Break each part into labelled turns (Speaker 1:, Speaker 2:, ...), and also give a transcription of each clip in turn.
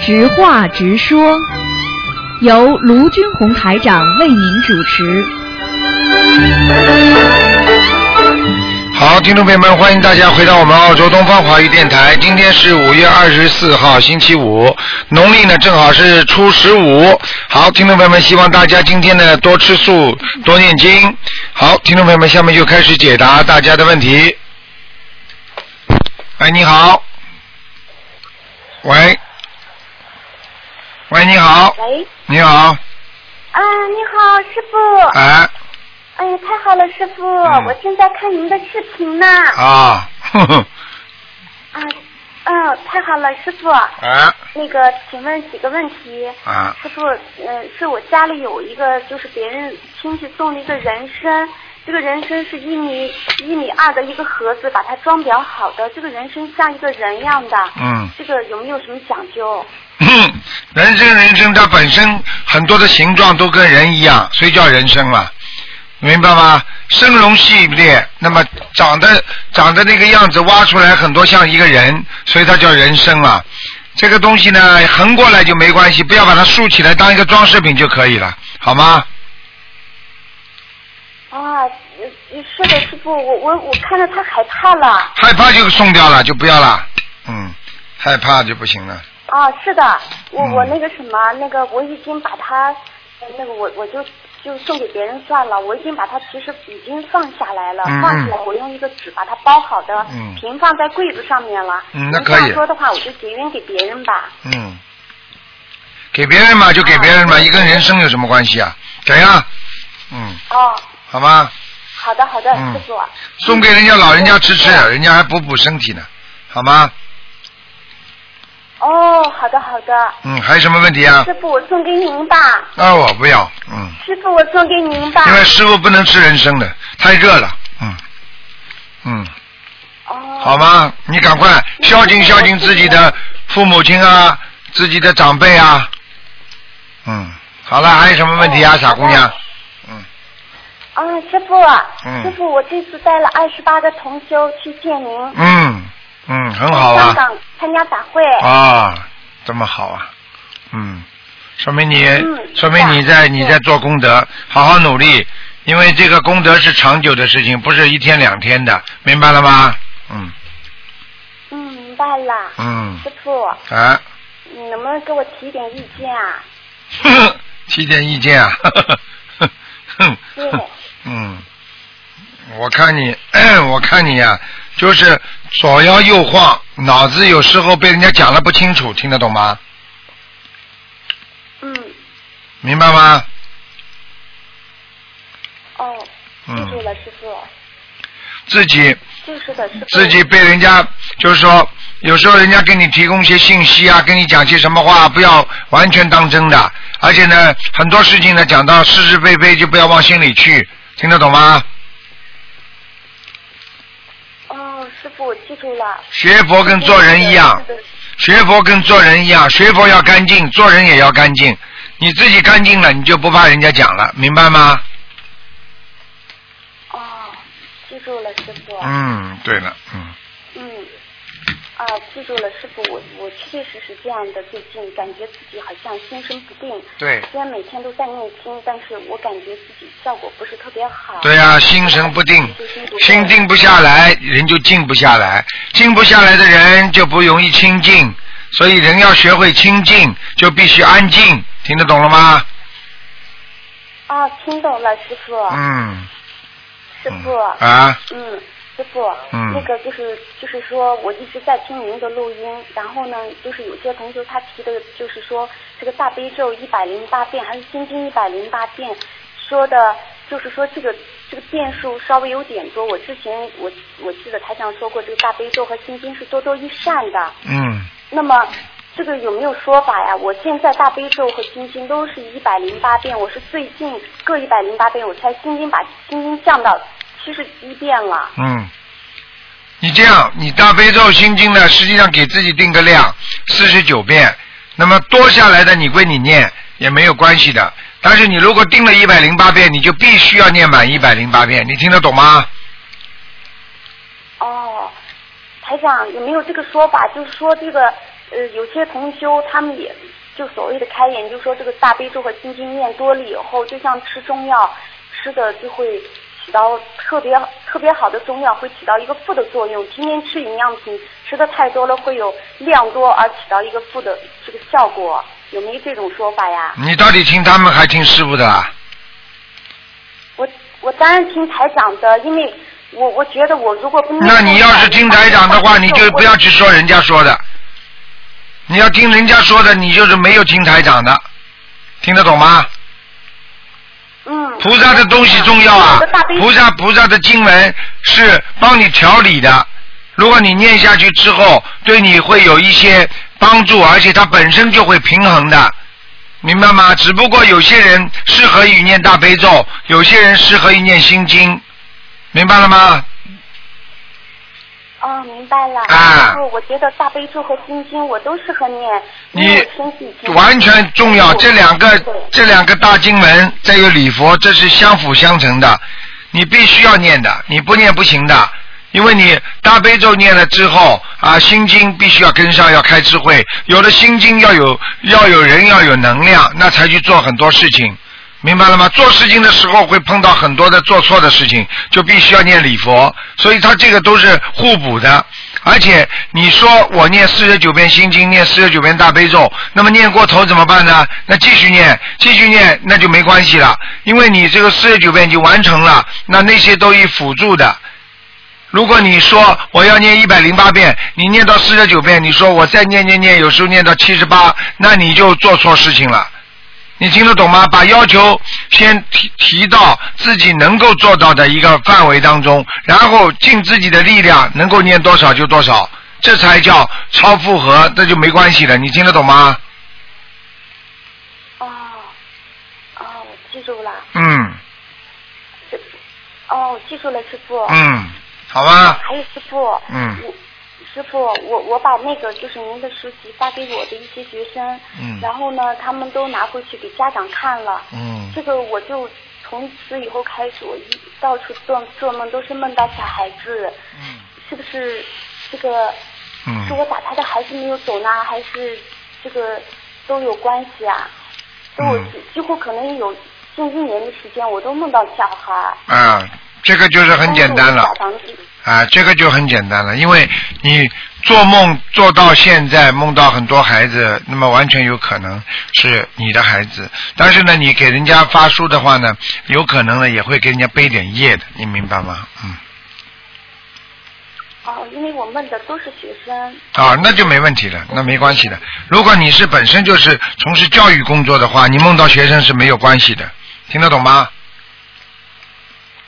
Speaker 1: 直话直说，由卢军红台长为您主持。
Speaker 2: 好，听众朋友们，欢迎大家回到我们澳洲东方华语电台。今天是五月二十四号，星期五，农历呢正好是初十五。好，听众朋友们，希望大家今天呢多吃素，多念经。好，听众朋友们，下面就开始解答大家的问题。喂，你好。喂。喂，你好。
Speaker 3: 喂，
Speaker 2: 你好。
Speaker 3: 啊，你好，师傅。
Speaker 2: 哎。
Speaker 3: 哎呀，太好了，师傅，
Speaker 2: 嗯
Speaker 3: 我正在看您的视频呢。
Speaker 2: 啊。 呵呵。
Speaker 3: 啊，嗯，太好了，师傅。
Speaker 2: 哎。
Speaker 3: 那个，请问几个问题？
Speaker 2: 啊。
Speaker 3: 师傅，嗯，是我家里有一个，就是别人亲戚送了一个人参，这个人参是一米一米二的一个盒子，把它装裱好的，这个人参像一个人样的。
Speaker 2: 嗯。
Speaker 3: 这个有没有什么讲究？
Speaker 2: 哼，人参，人参它本身很多的形状都跟人一样，所以叫人参嘛，明白吗？生龙系列，那么长得长得那个样子，挖出来很多像一个人，所以它叫人参啊。这个东西呢，横过来就没关系，不要把它竖起来当一个装饰品就可以了，好吗？
Speaker 3: 啊，呃是的，师傅，我我我看着他害怕了。
Speaker 2: 害怕就送掉了，就不要了。嗯，害怕就不行了。
Speaker 3: 啊，是的，我、
Speaker 2: 嗯
Speaker 3: 我那个什么，那个我已经把它，呃那个我我就就送给别人算了，我已经把它其实已经放下来了，
Speaker 2: 嗯
Speaker 3: 放下来我用一个纸把它包好的，
Speaker 2: 嗯
Speaker 3: 平放在柜子上面了。
Speaker 2: 嗯那
Speaker 3: 您
Speaker 2: 可以
Speaker 3: 这样说的话，我就结缘给别人吧。
Speaker 2: 嗯，给别人嘛就给别人嘛，
Speaker 3: 啊
Speaker 2: 一跟人生有什么关系啊？给啊，嗯，
Speaker 3: 哦，
Speaker 2: 好吗？
Speaker 3: 好的好的，
Speaker 2: 嗯
Speaker 3: 师傅。
Speaker 2: 送给人家老人家吃吃，
Speaker 3: 嗯
Speaker 2: 人家还补补身体呢，好吗？
Speaker 3: 哦，好的好的，
Speaker 2: 嗯，还有什么问题啊？
Speaker 3: 师傅我送给您吧，
Speaker 2: 啊，我不要，嗯，
Speaker 3: 师傅我送给您吧。
Speaker 2: 因为师傅不能吃人参的，太热了，嗯，嗯，
Speaker 3: 哦，
Speaker 2: 好吗？你赶快孝敬孝敬自己的父母亲啊，自己的长辈啊，嗯，好了，还有什么问题啊，
Speaker 3: 哦
Speaker 2: 傻姑娘
Speaker 3: 好？啊，师傅，
Speaker 2: 嗯
Speaker 3: 师傅，我这次带了二十八个同修去见您，
Speaker 2: 嗯嗯，很好
Speaker 3: 香
Speaker 2: 啊，
Speaker 3: 港参加法会。
Speaker 2: 啊，这么好啊，嗯，说明你，
Speaker 3: 嗯
Speaker 2: 说明你在
Speaker 3: 是啊
Speaker 2: 你在做功德，好好努力，因为这个功德是长久的事情，不是一天两天的，明白了吗？嗯
Speaker 3: 嗯，明白了。
Speaker 2: 嗯，
Speaker 3: 师傅，
Speaker 2: 啊，
Speaker 3: 你能不能给我提点意见啊？
Speaker 2: 呵呵提点意见啊，呵呵呵哼
Speaker 3: 对
Speaker 2: 哼 嗯，我看你， 我看你呀、就是左摇右晃，脑子有时候被人家讲的不清楚，听得懂吗？
Speaker 3: 嗯，
Speaker 2: 明白吗？
Speaker 3: 哦，记住
Speaker 2: 嗯，
Speaker 3: 了，师傅，
Speaker 2: 自己
Speaker 3: 就是的，师傅。
Speaker 2: 自己被人家就是说，有时候人家给你提供一些信息啊，跟你讲些什么话，不要完全当真的。而且呢，很多事情呢，讲到是是非非，就不要往心里去，听得懂吗？
Speaker 3: 哦，师傅，我记住了。
Speaker 2: 学佛跟做人一样，
Speaker 3: 是的
Speaker 2: 学佛跟做人一样，学佛要干净，做人也要干净。你自己干净了，你就不怕人家讲了，明白吗？
Speaker 3: 哦，记住了，师傅。
Speaker 2: 嗯，对了，嗯，
Speaker 3: 嗯。啊，记住了，师傅，我我确确实实这样的，最近感觉自己好像心神不定。
Speaker 2: 对
Speaker 3: 虽然每天都在念经，但是我感觉自己效果不是特别好。
Speaker 2: 对呀、心神不定，心定不下来，人就静不下来，静不下来的人就不容易清静，所以人要学会清静，就必须安静，听得懂了吗？
Speaker 3: 啊，听懂了，师傅。
Speaker 2: 嗯，
Speaker 3: 哦师傅。
Speaker 2: 啊，
Speaker 3: 嗯，师傅，
Speaker 2: 嗯
Speaker 3: 那个就是就是说，我一直在听您的录音，然后呢，就是有些同学他提的，就是说这个大悲咒一百零八遍还是心经一百零八遍，说的就是说这个这个遍数稍微有点多。我之前我我记得台上说过，这个大悲咒和心经是多多益善的。
Speaker 2: 嗯，
Speaker 3: 那么这个有没有说法呀？我现在大悲咒和心经都是一百零八遍，我是最近各一百零八遍，我才心经把心经降到七十一遍了。
Speaker 2: 嗯，你这样，你大悲咒心经呢，实际上给自己定个量，四十九遍。那么多下来的你归你念也没有关系的，但是你如果定了一百零八遍，你就必须要念满一百零八遍，你听得懂吗？
Speaker 3: 哦，台长有没有这个说法？就是说这个呃，有些同修他们也就所谓的开眼，就说这个大悲咒和心经念多了以后，就像吃中药，吃的就会起到特别特别好的中药会起到一个负的作用。天天吃营养品，吃的太多了会有量多而起到一个负的这个效果，有没有这种说法呀？
Speaker 2: 你到底听他们还听师傅的啊？
Speaker 3: 我我当然听台长的，因为我我觉得我如果不念
Speaker 2: 那你要是听台长的话，你就不要去说人家说的。你要听人家说的，你就是没有听台长的，听得懂吗？
Speaker 3: 嗯。
Speaker 2: 菩萨的东西重要啊
Speaker 3: 我的大悲，
Speaker 2: 菩萨菩萨的经文是帮你调理的。如果你念下去之后，对你会有一些帮助，而且它本身就会平衡的，明白吗？只不过有些人适合于念大悲咒，有些人适合于念心经，明白了吗？
Speaker 3: 哦，明白了。
Speaker 2: 啊
Speaker 3: 就是我觉得大悲咒和心经我都适合念，因
Speaker 2: 你
Speaker 3: 为我身体已经
Speaker 2: 完全重
Speaker 3: 嗯
Speaker 2: 要，这两个
Speaker 3: 对
Speaker 2: 这两个大经文，再有礼佛，这是相辅相成的，你必须要念的，你不念不行的，因为你大悲咒念了之后啊，心经必须要跟上，要开智慧，有了心经要有要有人要有能量，那才去做很多事情，明白了吗？做事情的时候会碰到很多的做错的事情，就必须要念礼佛，所以它这个都是互补的。而且你说我念四十九遍心经，念四十九遍大悲咒，那么念过头怎么办呢？那继续念，继续念，那就没关系了，因为你这个四十九遍已经完成了，那那些都以辅助的。如果你说我要念一百零八遍，你念到四十九遍，你说我再念念念，有时候念到七十八，那你就做错事情了。你听得懂吗？把要求先提提到自己能够做到的一个范围当中，然后尽自己的力量，能够念多少就多少，这才叫超负荷，那就没关系了。你听得懂吗？
Speaker 3: 哦，哦，我记住了。
Speaker 2: 嗯
Speaker 3: 这哦，我记住了，师傅。
Speaker 2: 嗯，好吧，
Speaker 3: 还有师傅。
Speaker 2: 嗯
Speaker 3: 我师傅，我我把那个就是您的书籍发给我的一些学生，
Speaker 2: 嗯
Speaker 3: 然后呢，他们都拿回去给家长看了。
Speaker 2: 嗯
Speaker 3: 这个我就从此以后开始，我一到处做做梦都是梦到小孩子，
Speaker 2: 嗯
Speaker 3: 是不是这个是
Speaker 2: 嗯，
Speaker 3: 我打他的孩子没有走呢，还是这个都有关系啊？所以我
Speaker 2: 嗯
Speaker 3: 几几乎可能有近一年的时间，我都梦到小孩儿。
Speaker 2: 啊，这个就是很简单了
Speaker 3: 但是我。打房子
Speaker 2: 啊，这个就很简单了，因为你做梦做到现在，梦到很多孩子，那么完全有可能是你的孩子。但是呢，你给人家发书的话呢，有可能呢也会给人家背点业的，你明白吗？嗯，
Speaker 3: 哦，因为我梦的都是学生。
Speaker 2: 啊，那就没问题了，那没关系的。如果你是本身就是从事教育工作的话，你梦到学生是没有关系的，听得懂吗？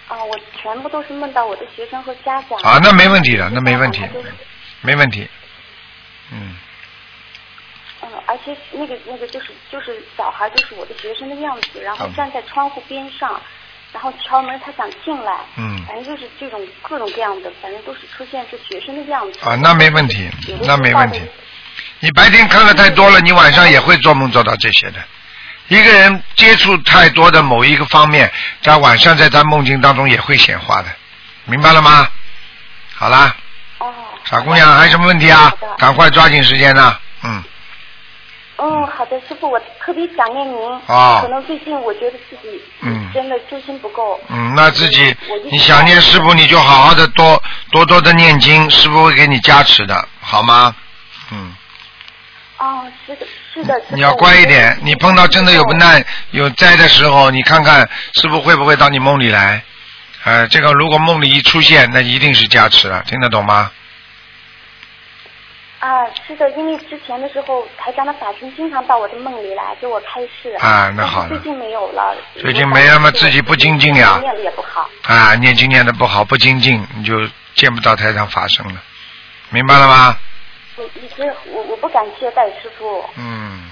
Speaker 3: 啊、我全部都是梦到我的学生和家长。
Speaker 2: 啊，那没问题的，那没问题
Speaker 3: 家长他就是，
Speaker 2: 没问题。嗯，
Speaker 3: 嗯，而且那个那个就是就是小孩就是我的学生的样子，然后
Speaker 2: 嗯
Speaker 3: 站在窗户边上，然后敲门，他想进来，
Speaker 2: 嗯
Speaker 3: 反正就是这种各种各样的，反正都是出现是学生的样子。
Speaker 2: 啊，那没问题
Speaker 3: 有的，时候
Speaker 2: 那没问题
Speaker 3: 抱着。
Speaker 2: 你白天看的太多了，你晚上也会做梦做到这些的。一个人接触太多的某一个方面，在晚上在他梦境当中也会显化的，明白了吗？好啦，
Speaker 3: 哦，
Speaker 2: 傻姑娘还有什么问题啊
Speaker 3: 好的？
Speaker 2: 赶快抓紧时间呐、嗯，
Speaker 3: 嗯，好的，师傅，我特别想念您。
Speaker 2: 哦
Speaker 3: 可能最近我觉得自己
Speaker 2: 嗯
Speaker 3: 真的修心不够。
Speaker 2: 嗯，那自己
Speaker 3: 我一直
Speaker 2: 你想念师傅，你就好好的多多多的念经，师傅会给你加持的，好吗？嗯。
Speaker 3: 哦，是的，是的。
Speaker 2: 你要乖一
Speaker 3: 哦
Speaker 2: 点，你碰到真的有不
Speaker 3: 不。
Speaker 2: 难、有灾的时候，你看看师傅会不会到你梦里来？呃，这个如果梦里一出现，那一定是加持了，听得懂吗？
Speaker 3: 啊，是的，因为之前的时候，台长的法身经常到我的梦里来给我开示。
Speaker 2: 啊那好了
Speaker 3: 但是最近没有了。
Speaker 2: 最近没了嘛自己不精进呀
Speaker 3: 念的也不好。
Speaker 2: 啊，念经念的不好，不精进，你就见不到台上法身了，明白了吗？
Speaker 3: 我一直嗯我我不敢懈怠，师傅。
Speaker 2: 嗯，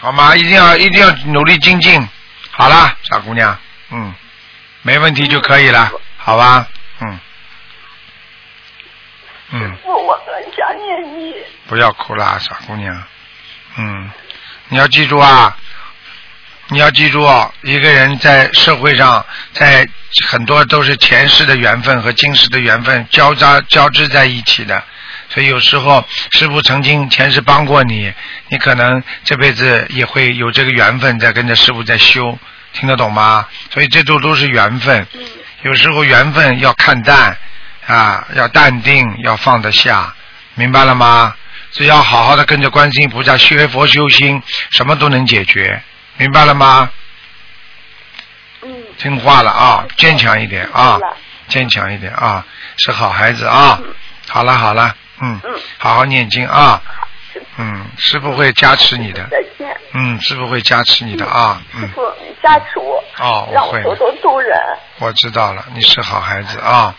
Speaker 2: 好吗？一定要一定要努力精进。好啦，傻姑娘，嗯，没问题就可以了，好吧？嗯，嗯。
Speaker 3: 我我很想念你。
Speaker 2: 不要哭啦，傻姑娘。嗯，你要记住啊，你要记住啊，一个人在社会上，在很多都是前世的缘分和今世的缘分交杂交织在一起的，所以有时候师傅曾经前世帮过你，你可能这辈子也会有这个缘分在跟着师傅在修，听得懂吗？所以这都都是缘分，
Speaker 3: 嗯
Speaker 2: 有时候缘分要看淡啊，要淡定，要放得下，明白了吗？只要好好的跟着观世音菩萨学佛修心，什么都能解决，明白了吗？
Speaker 3: 嗯，
Speaker 2: 听话了啊，坚强一点啊
Speaker 3: 知道了，嗯
Speaker 2: 坚强一点啊，是好孩子啊。好了好了，嗯
Speaker 3: 嗯，
Speaker 2: 好好念经啊，嗯，师傅会加持你的，
Speaker 3: 再见，
Speaker 2: 嗯，师傅会加持你的啊，
Speaker 3: 师
Speaker 2: 嗯，
Speaker 3: 傅你加持我，
Speaker 2: 哦，
Speaker 3: 让
Speaker 2: 我
Speaker 3: 我
Speaker 2: 会
Speaker 3: 多
Speaker 2: 的，
Speaker 3: 多助人。
Speaker 2: 我知道了，你是好孩子啊，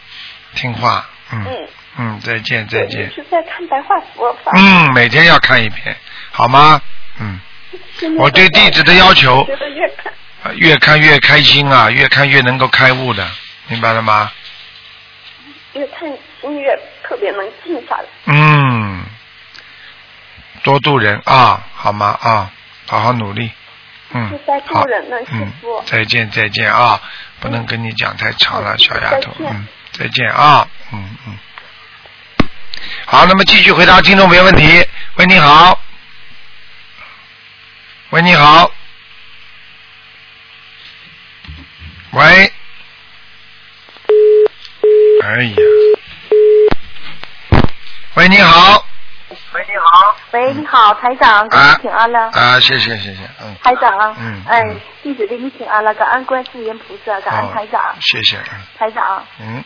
Speaker 2: 听话，嗯
Speaker 3: 嗯，
Speaker 2: 嗯，再见再
Speaker 3: 我一
Speaker 2: 见，
Speaker 3: 直在看白话佛法。
Speaker 2: 嗯，每天要看一遍，好吗？嗯，
Speaker 3: 今天
Speaker 2: 我对弟子的要求
Speaker 3: 觉得越看
Speaker 2: 呃越看越开心啊，越看越能够开悟的，明白了吗？
Speaker 3: 越看心越特别能静下来。
Speaker 2: 嗯，多度人啊，好吗？啊，好好努力。嗯
Speaker 3: 是在，
Speaker 2: 好
Speaker 3: 助人呢师
Speaker 2: 嗯
Speaker 3: 傅，
Speaker 2: 再见再见啊！不能跟你讲太长了，
Speaker 3: 嗯
Speaker 2: 小丫头。
Speaker 3: 再见
Speaker 2: 嗯，再见啊！嗯嗯。好，那么继续回答听众朋友问题。喂，你好。喂，你好。喂。哎呀。喂，你好。
Speaker 4: 喂，你好，台长，给
Speaker 2: 啊
Speaker 4: 你请安了。
Speaker 2: 啊，谢谢谢谢，嗯。
Speaker 4: 台长，
Speaker 2: 嗯
Speaker 4: 哎
Speaker 2: 嗯，
Speaker 4: 弟子给你请安了，感恩观世音菩萨，感恩
Speaker 2: 哦
Speaker 4: 台长，
Speaker 2: 谢谢，嗯
Speaker 4: 台长，
Speaker 2: 嗯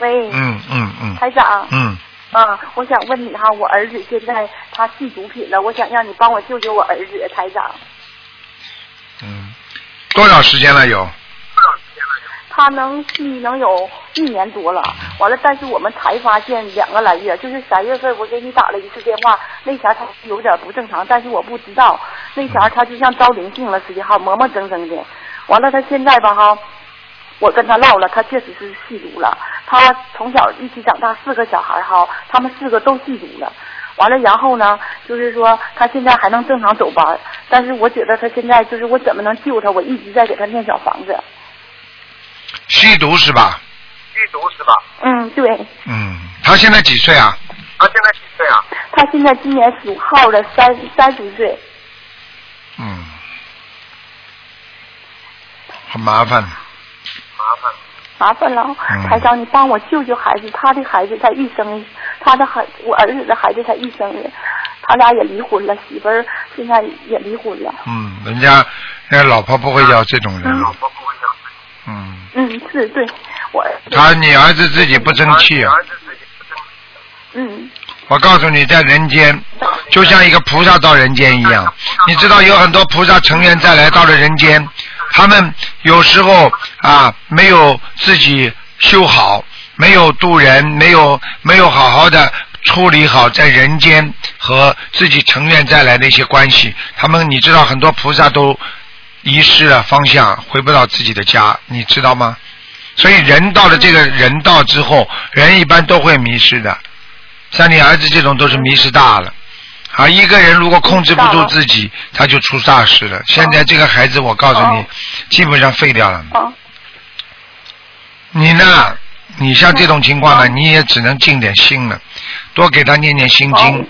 Speaker 4: 喂，
Speaker 2: 嗯嗯嗯
Speaker 4: 台长，
Speaker 2: 嗯，
Speaker 4: 啊，我想问你哈，我儿子现在他吸毒品了，我想让你帮我救救我儿子，台长，
Speaker 2: 嗯，多少时间了有？
Speaker 4: 他能吸能有一年多了，完了，但是我们才发现两个来月，就是三月份我给你打了一次电话，那前儿他有点不正常，但是我不知道，那前儿他就像招灵性了似的哈，磨磨蹭蹭的，完了他现在吧哈，我跟他唠了，他确实是吸毒了。他从小一起长大，四个小孩儿哈，他们四个都吸毒了。完了，然后呢，就是说他现在还能正常走班，但是我觉得他现在就是我怎么能救他？我一直在给他念小房子。
Speaker 2: 吸毒是吧？
Speaker 5: 吸毒是吧？
Speaker 4: 嗯，对，
Speaker 2: 嗯，他现在几岁啊？
Speaker 5: 他现在几岁啊？
Speaker 4: 他现在今年属号的三三十岁，
Speaker 2: 嗯，很麻烦。
Speaker 5: 麻烦。
Speaker 4: 麻烦了
Speaker 2: 嗯，
Speaker 4: 台长，你帮我救救孩子，他的孩子才一生，他的孩，我儿子的孩子才一生日，他俩也离婚了，媳妇儿现在也离婚了。
Speaker 2: 嗯，人家人家老婆不会要这种人。
Speaker 5: 老婆不会养自己
Speaker 2: 嗯，
Speaker 4: 嗯，是对，我
Speaker 2: 他你儿子自己不争气啊！
Speaker 5: 儿子自己不争气
Speaker 4: 嗯
Speaker 2: 我告诉你，在人间，就像一个菩萨到人间一样。你知道有很多菩萨成员再来到了人间，他们有时候啊没有自己修好，没有度人，没有没有好好的处理好在人间和自己成员再来的一些关系，他们你知道很多菩萨都遗失了方向，回不到自己的家，你知道吗？所以人到了这
Speaker 4: 嗯
Speaker 2: 个人道之后，人一般都会迷失的。像你儿子这种都是迷失大了。啊，一个人如果控制不住自己，他就出大事了。现在这个孩子，我告诉你
Speaker 4: 嗯哦，
Speaker 2: 基本上废掉了。
Speaker 4: 啊
Speaker 2: 你呢？你像这种情况呢，
Speaker 4: 哦
Speaker 2: 你也只能尽点心了，多给他念念心经
Speaker 4: 哦，嗯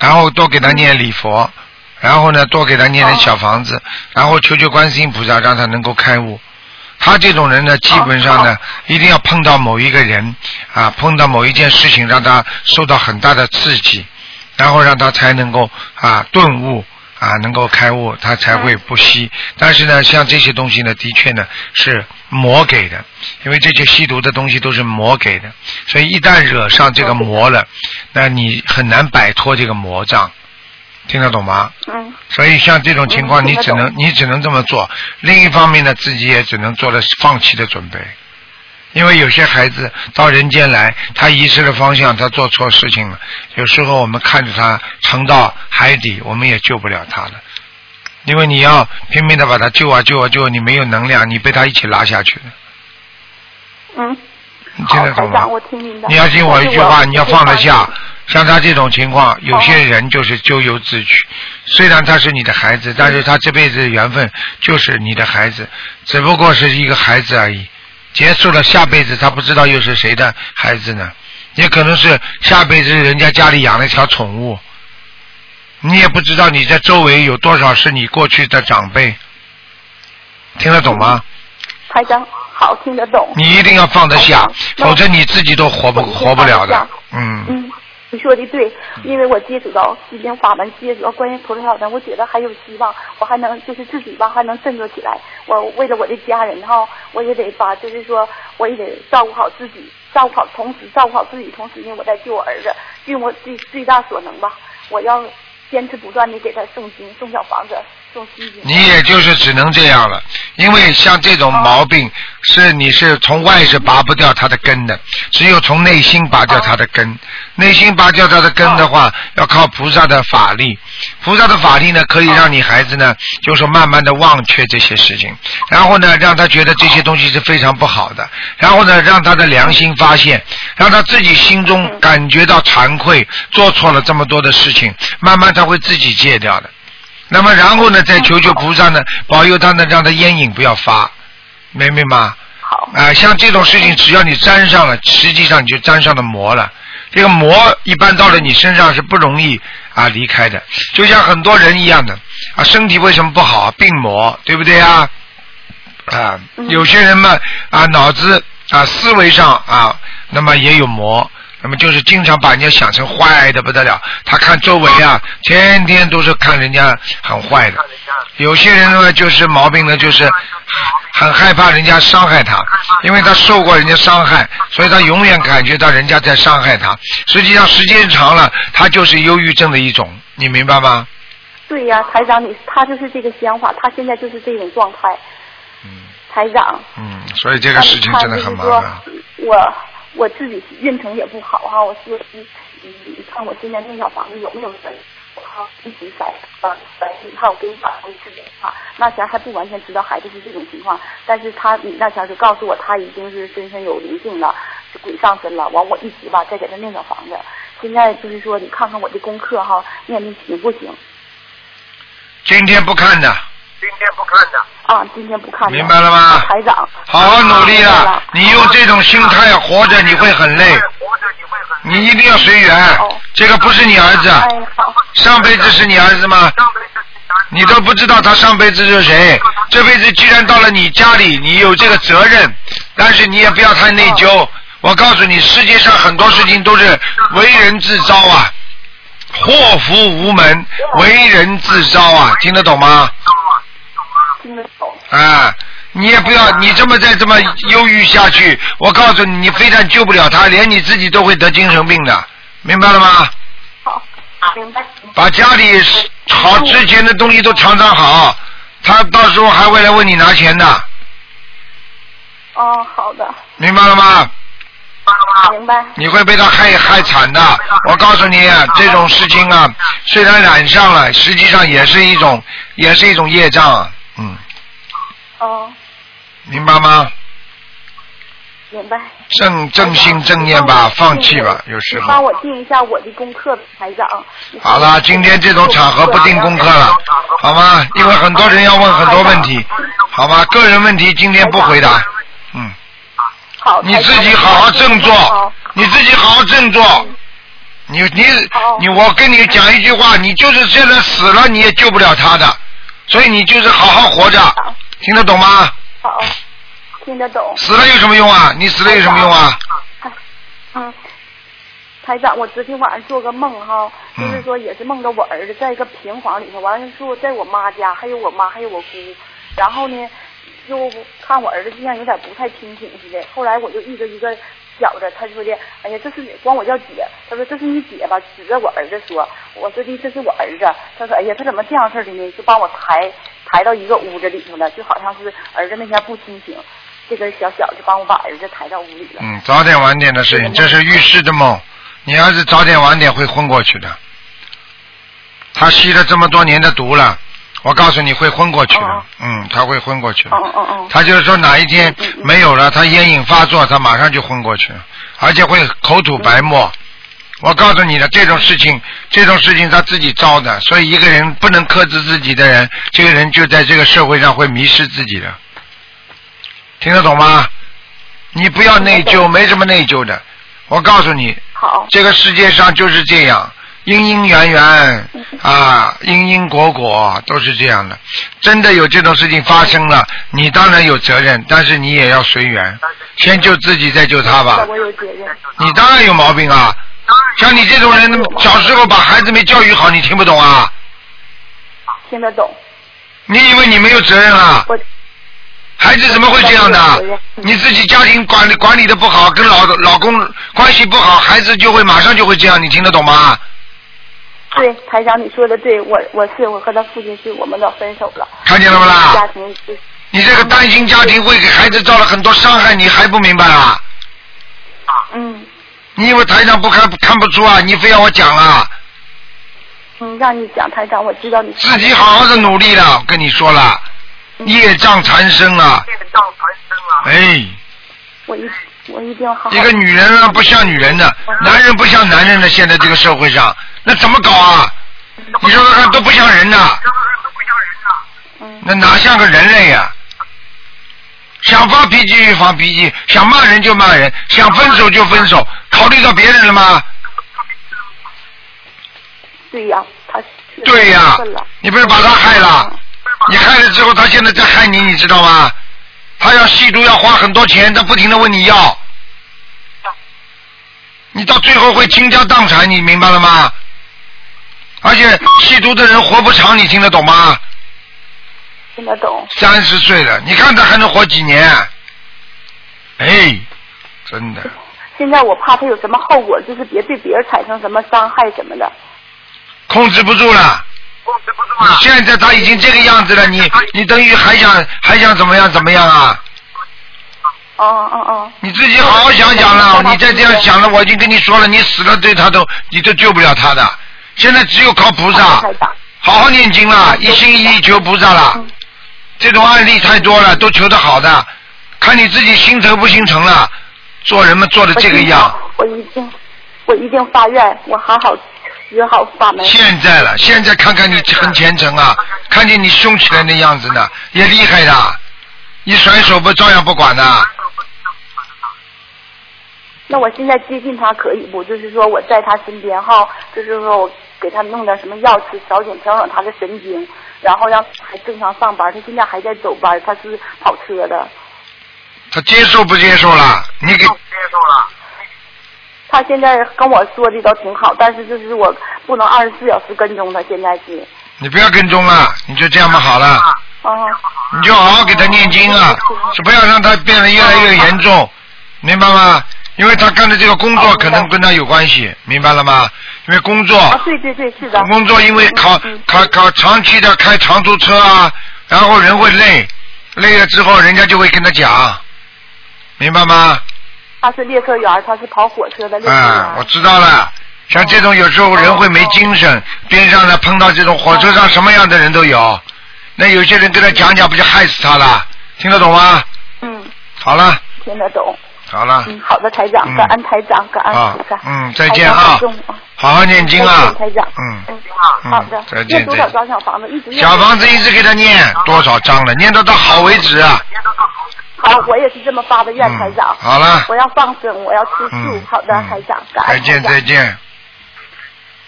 Speaker 2: 然后多给他念礼佛，然后呢，多给他念
Speaker 4: 哦
Speaker 2: 点小房子，然后求求观世音菩萨让他能够开悟。他这种人呢，基本上呢，一定要碰到某一个人啊，碰到某一件事情，让他受到很大的刺激，然后让他才能够啊顿悟啊，能够开悟，他才会不吸。但是呢，像这些东西呢，的确呢是魔给的，因为这些吸毒的东西都是魔给的，所以一旦惹上这个魔了，那你很难摆脱这个魔障，听得懂吗？
Speaker 4: 嗯
Speaker 2: 所以像这种情况，
Speaker 4: 嗯
Speaker 2: 你
Speaker 4: 听得
Speaker 2: 只能你只能这么做。另一方面呢，自己也只能做了放弃的准备，因为有些孩子到人间来，他遗失了方向，他做错事情了。有时候我们看着他沉到海底，我们也救不了他了，因为你要拼命的把他救啊救啊救啊，你没有能量，你被他一起拉下去了。
Speaker 4: 嗯，
Speaker 2: 你听
Speaker 4: 好，
Speaker 2: 得
Speaker 4: 台
Speaker 2: 懂吗
Speaker 4: 嗯长，？我听您的。
Speaker 2: 你要听我一句话，你要放得下。。像他这种情况，有些人就是咎由自取。虽然他是你的孩
Speaker 4: 嗯
Speaker 2: 子，但是他这辈子的缘分就是你的孩子，只不过是一个孩子而已。结束了，下辈子他不知道又是谁的孩子呢？也可能是下辈子人家家里养了一条宠物，你也不知道你在周围有多少是你过去的长辈，听得懂吗？
Speaker 4: 台长好听得懂。
Speaker 2: 你一定要放得下
Speaker 4: 嗯好，那
Speaker 2: 否则你自己都活不
Speaker 4: 我一定
Speaker 2: 活不了
Speaker 4: 放
Speaker 2: 的
Speaker 4: 得下。
Speaker 2: 嗯，
Speaker 4: 嗯，你说的对，因为我接触到心经法门，接触到观音菩萨法门，我觉得还有希望，我还能就是自己吧，还能振作起来。我为了我的家人哈，我也得把就是说，我也得照顾好自己，照顾好，同时照顾好自己，同时呢，我再救我儿子，尽我最最大所能吧。我要坚持不断的给他诵经、送小房子、送心经。
Speaker 2: 你也就是只能这样了，因为像这种毛病是你是从外是拔不掉它的根的，只有从内心拔掉它的根。内心拔掉它的根的话，要靠菩萨的法力。菩萨的法力呢，可以让你孩子呢，就是慢慢的忘却这些事情，然后呢，让他觉得这些东西是非常不好的，然后呢，让他的良心发现，让他自己心中感觉到惭愧，做错了这么多的事情，慢慢他会自己戒掉的。那么然后呢，再求求菩萨呢，保佑他呢，让他烟瘾不要发，明白吗？
Speaker 4: 好，
Speaker 2: 啊、像这种事情，只要你沾上了，实际上你就沾上了魔了。这个魔一般到了你身上是不容易啊离开的，就像很多人一样的啊，身体为什么不好？啊病魔，对不对啊？啊，有些人嘛啊，脑子啊，思维上啊，那么也有魔，那么就是经常把人家想成坏的不得了。他看周围啊，天天都是看人家很坏的。有些人呢，就是毛病呢，就是很害怕人家伤害他，因为他受过人家伤害，所以他永远感觉到人家在伤害他。实际上，时间长了，他就是忧郁症的一种，你明白吗？
Speaker 4: 对呀、台长你他就是这个想法，他现在就是这种状态。
Speaker 2: 嗯
Speaker 4: 台长，
Speaker 2: 嗯，所以这
Speaker 4: 呃
Speaker 2: 个事情真的很麻烦。
Speaker 4: 我我自己运程也不好哈，我说你你你看我现在那小房子有没有人？我靠，一直在呃在你看我给你打过一次电话，啊那前还不完全知道孩子是这种情况，但是他你那前就告诉我他已经是身上有灵性了，是鬼上身了，完我一直吧再给他念小房子。现在就是说，你看看我的功课哈，念的行不行？
Speaker 2: 今天不看的，
Speaker 5: 今天不看的。
Speaker 4: 啊，今天不看了。
Speaker 2: 明白了吗
Speaker 4: 台长，
Speaker 2: 好好努力
Speaker 4: 啊明白
Speaker 2: 啊
Speaker 4: 了！
Speaker 2: 你用这种心态活着，你会很累。
Speaker 5: 活着你会很
Speaker 2: 你一定要随缘
Speaker 4: 哦，
Speaker 2: 这个不是你儿子，
Speaker 4: 哎，好，
Speaker 2: 上辈子是你儿子吗？
Speaker 5: 上辈子是男的
Speaker 2: 你都不知道他上辈子是谁，这辈子既然到了你家里，你有这个责任，但是你也不要太内疚。我告诉你，世界上很多事情都是为人自招啊，祸福无门，为人自招啊，听得懂吗？
Speaker 4: 听得懂。
Speaker 2: 啊，你也不要，你这么再这么忧郁下去，我告诉你，你非但救不了他，连你自己都会得精神病的，明白了吗？
Speaker 4: 好，明白。
Speaker 2: 把家里好值钱的东西都藏藏好，他到时候还会来问你拿钱的，
Speaker 4: 哦，好的，
Speaker 2: 明白了吗？啊
Speaker 4: 明白。
Speaker 2: 你会被他害害惨的。我告诉你、这种事情啊，虽然染上了，实际上也是一种，也是一种业障啊。嗯，
Speaker 4: 哦，
Speaker 2: 明白吗？
Speaker 4: 明白。
Speaker 2: 正正心正念
Speaker 4: 哦
Speaker 2: 吧，放弃吧，有时
Speaker 4: 你
Speaker 2: 候
Speaker 4: 帮。我定一下我的功课，啊台长。
Speaker 2: 好了，今天这种场合不定功课了，好吗？因为很多人要问很多问题，好吗？个人问题今天不回答，嗯，
Speaker 4: 好，
Speaker 2: 你自己好好振作
Speaker 4: 好，
Speaker 2: 你自己好好振作。你你你，我跟你讲一句话，你就是现在死了，你也救不了他的，所以你就是好好活着，听得懂吗？
Speaker 4: 好，听得懂。
Speaker 2: 死了有什么用啊？你死了有什么用啊？
Speaker 4: 嗯，台长，我昨天晚上做个梦哈，就
Speaker 2: 嗯
Speaker 4: 是说也是梦到我儿子在一个平房里头，完了住在我妈家，还有我妈，还有我姑，然后呢，就看我儿子就像有点不太听挺似的，后来我就一个一个觉着，他说的，哎呀，这是你管我叫姐，他说这是你姐吧，指着我儿子说，我说的这是我儿子，他说哎呀，他怎么这样式儿的呢？就把我抬抬到一个屋子里头了，就好像是儿子那天不清醒，这个小小就帮我把儿子抬到屋里了。
Speaker 2: 嗯，早点晚点的事情，这是预示的梦。你要是早点晚点会昏过去的。他吸了这么多年的毒了，我告诉你会昏过去的。
Speaker 4: 哦
Speaker 2: 嗯，他会昏过去的。
Speaker 4: 嗯嗯嗯。
Speaker 2: 他就是说哪一天
Speaker 4: 嗯嗯嗯
Speaker 2: 没有了，他烟瘾发作，他马上就昏过去了，而且会口吐白沫，我告诉你的，这种事情，这种事情他自己招的，所以一个人不能克制自己的人，这个人就在这个社会上会迷失自己的。听得懂吗？你不要内疚，没什么内疚的。我告诉你，
Speaker 4: 好，
Speaker 2: 这个世界上就是这样，因因缘缘啊，因因果果都是这样的。真的有这种事情发生了，你当然有责任，但是你也要随缘，先救自己再救他吧
Speaker 4: 那。我有责任。
Speaker 2: 你当然有毛病啊！像你这种人，小时候把孩子没教育好，你听不懂啊？
Speaker 4: 听得懂，
Speaker 2: 你以为你没有责任啊？
Speaker 4: 我
Speaker 2: 孩子怎么会这样的？你自己家庭管理管理的不好，跟老老公关系不好，孩子就会马上就会这样，你听得懂吗？
Speaker 4: 对台长你说的对，我我是我和他父亲是我们俩分手了，
Speaker 2: 看见了不啊
Speaker 4: 家
Speaker 2: 啦？
Speaker 4: 庭是
Speaker 2: 你这个单亲家庭会给孩子造了很多伤害，你还不明白啊？
Speaker 4: 嗯
Speaker 2: 你以为台长不看看不出啊？你非要我讲啊？
Speaker 4: 嗯，让你讲台长，我知道你
Speaker 2: 自己好好的努力了，我跟你说了，业障缠身啊！
Speaker 5: 业障缠身了。
Speaker 2: 哎，
Speaker 4: 我一我一定要好好
Speaker 2: 一个女人啊不像女人的，男人不像男人的，现在这个社会上，那怎么搞啊？你说说看，都不像人呐、
Speaker 5: 这个人都不像人啊呐。
Speaker 4: 嗯
Speaker 2: 那哪像个人类呀、想发脾气就发脾气，想骂人就骂人，想分手就分手，考虑到别人了吗？
Speaker 4: 对呀、他
Speaker 2: 对呀、
Speaker 4: 分了
Speaker 2: 你不是把他害了？你害了之后，他现在在害你，你知道吗？他要吸毒要花很多钱，他不停的问你要，你到最后会倾家荡产，你明白了吗？而且吸毒的人活不长，你听得懂吗？
Speaker 4: 听得懂，
Speaker 2: 三十岁了，你看他还能活几年？哎，真的，
Speaker 4: 现在我怕他有什么后果，就是别对别人产生什么伤害什么的。
Speaker 2: 控制不住了。
Speaker 5: 控制不住
Speaker 2: 你
Speaker 5: 了。
Speaker 2: 现在他已经这个样子了，你你等于还想还想怎么样怎么样啊？
Speaker 4: 哦哦哦，
Speaker 2: 你自己好好想想了，你再这样想了，我已经跟你说了，你死了对他都你都救不了他的。现在只有靠菩萨
Speaker 4: 好的台，长，
Speaker 2: 好好念经了，一心一意求菩萨了。这种案例太多了，都求得好的，看你自己心诚不心诚了。做人们做的
Speaker 4: 我
Speaker 2: 这个
Speaker 4: 一定
Speaker 2: 样，
Speaker 4: 我一定我一定发愿，我好好学好法门。
Speaker 2: 现在了，现在看看你很虔诚啊，看见你凶起来那样子呢，也厉害的，一甩手不照样不管的。
Speaker 4: 那我现在接近他可以不？就是说我在他身边哈，就是说我给他弄点什么药吃，调整调整他的神经，然后让他正常上班。他现在还在走班，他是跑车的。
Speaker 2: 他接受不接受了？你给
Speaker 5: 接受了。
Speaker 4: 他现在跟我说的倒挺好，但是就是我不能二十四小时跟踪他，现在是。
Speaker 2: 你不要跟踪了，你就这样吧，好
Speaker 5: 啊
Speaker 2: 了。
Speaker 4: 哦，
Speaker 2: 你就好好给他念经啊，是不要让他变得越来越严重，明白吗？因为他干的这个工作
Speaker 4: 哦明白
Speaker 2: 可能跟他有关系，明白了吗？因为工
Speaker 4: 啊
Speaker 2: 作，，
Speaker 4: 对对对，是的。
Speaker 2: 工作因为考
Speaker 4: 嗯嗯
Speaker 2: 考考长期的开长途车啊，然后人会累，累了之后人家就会跟他讲，明白吗？
Speaker 4: 他是列车员，他是跑火车的列车员。
Speaker 2: 啊，我知道了。像这种有时候人会没精
Speaker 4: 哦
Speaker 2: 神，边上呢碰到这种火车上什么样的人都有，那有些人跟他讲讲，不就害死他了？听得懂吗？
Speaker 4: 嗯，
Speaker 2: 好了，
Speaker 4: 听得懂。
Speaker 2: 好了。
Speaker 4: 嗯，好的，台长
Speaker 2: 嗯，
Speaker 4: 感恩台长，感恩
Speaker 2: 啊
Speaker 4: 菩萨。，
Speaker 2: 嗯，再见
Speaker 4: 台
Speaker 2: 啊
Speaker 4: 长保重，
Speaker 2: 好好念经啊
Speaker 4: 再见，台长
Speaker 2: 嗯，
Speaker 4: 嗯
Speaker 2: 嗯
Speaker 4: 好的，
Speaker 2: 再见
Speaker 4: 念多少张小房子？一直念。
Speaker 2: 小房子一直给他念多少章了，念到他好为止啊，
Speaker 4: 嗯好，我也是这么发的愿，台
Speaker 2: 嗯，
Speaker 4: 长。
Speaker 2: 好了，
Speaker 4: 啊我要放生，我要吃素
Speaker 2: 嗯。，
Speaker 4: 好的，
Speaker 2: 嗯
Speaker 4: 台长，感
Speaker 2: 再
Speaker 4: 恩台
Speaker 2: 见
Speaker 4: 长。
Speaker 2: 再见，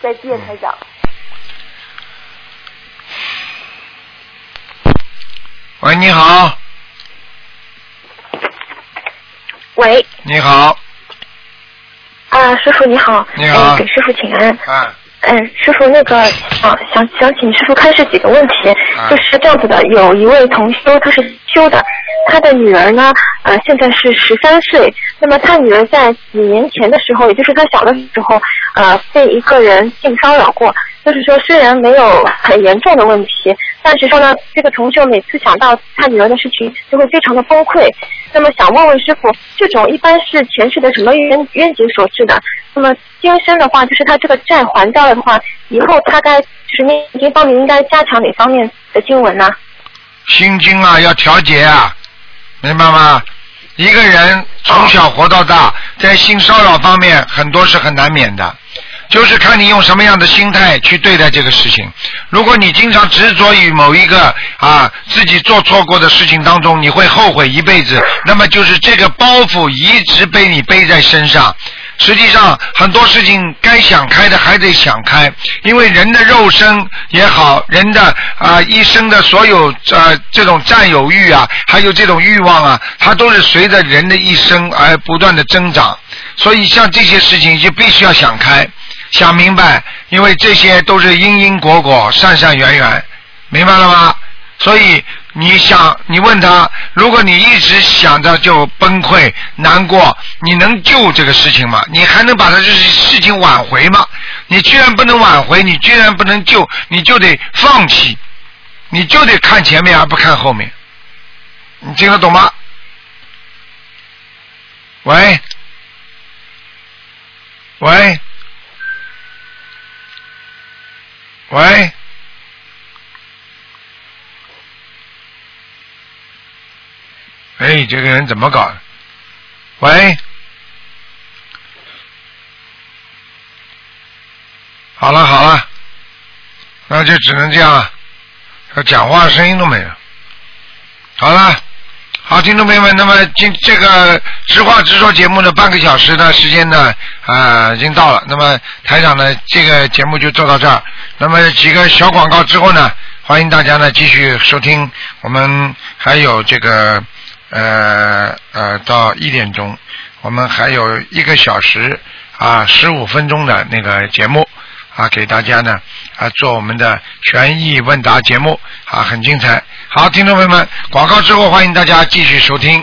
Speaker 4: 再见，台长。
Speaker 2: 喂，你好，
Speaker 6: 喂，
Speaker 2: 你好，
Speaker 6: 啊，师傅你好，
Speaker 2: 你好
Speaker 6: 嗯给师傅请安。
Speaker 2: 啊，
Speaker 6: 嗯，师傅那个啊，想想请师傅开示几个问题，
Speaker 2: 啊
Speaker 6: 就是这样子的，有一位同修，他是修的，他的女儿呢，呃，现在是十三岁，那么他女儿在几年前的时候，也就是他小的时候，呃，被一个人性骚扰过，就是说虽然没有很严重的问题，但是说呢，这个同修每次想到他女儿的事情，就会非常的崩溃。那么想问问师傅，这种一般是前世的什么冤冤结所致的？那么今生的话，就是他这个债还掉了的话，以后他该就是念经方面应该加强哪方面的经文呢？
Speaker 2: 心经啊要调节啊，明白吗？一个人从小活到大，在性骚扰方面很多是很难免的，就是看你用什么样的心态去对待这个事情。如果你经常执着于某一个啊自己做错过的事情当中，你会后悔一辈子。那么就是这个包袱一直被你背在身上。实际上很多事情该想开的还得想开，因为人的肉身也好，人的啊、一生的所有呃这种占有欲啊，还有这种欲望啊，它都是随着人的一生而不断的增长。所以像这些事情就必须要想开，想明白，因为这些都是因因果果、善善缘缘，明白了吗？所以你想，你问他，如果你一直想着就崩溃、难过，你能救这个事情吗？你还能把他这事情挽回吗？你居然不能挽回，你居然不能救，你就得放弃，你就得看前面而不看后面。你听得懂吗？喂，喂，喂。哎，这个人怎么搞的？喂，好了好了，那就只能这样了。他讲话声音都没有。好了，好，听众朋友们，那么今这个直话直说节目的半个小时的时间呢，啊、已经到了。那么台长呢，这个节目就做到这儿。那么几个小广告之后呢，欢迎大家呢继续收听我们还有这个呃呃到一点钟，我们还有一个小时啊十五分钟的那个节目啊，给大家呢啊做我们的权益问答节目啊，很精彩。好，听众朋友们，广告之后欢迎大家继续收听。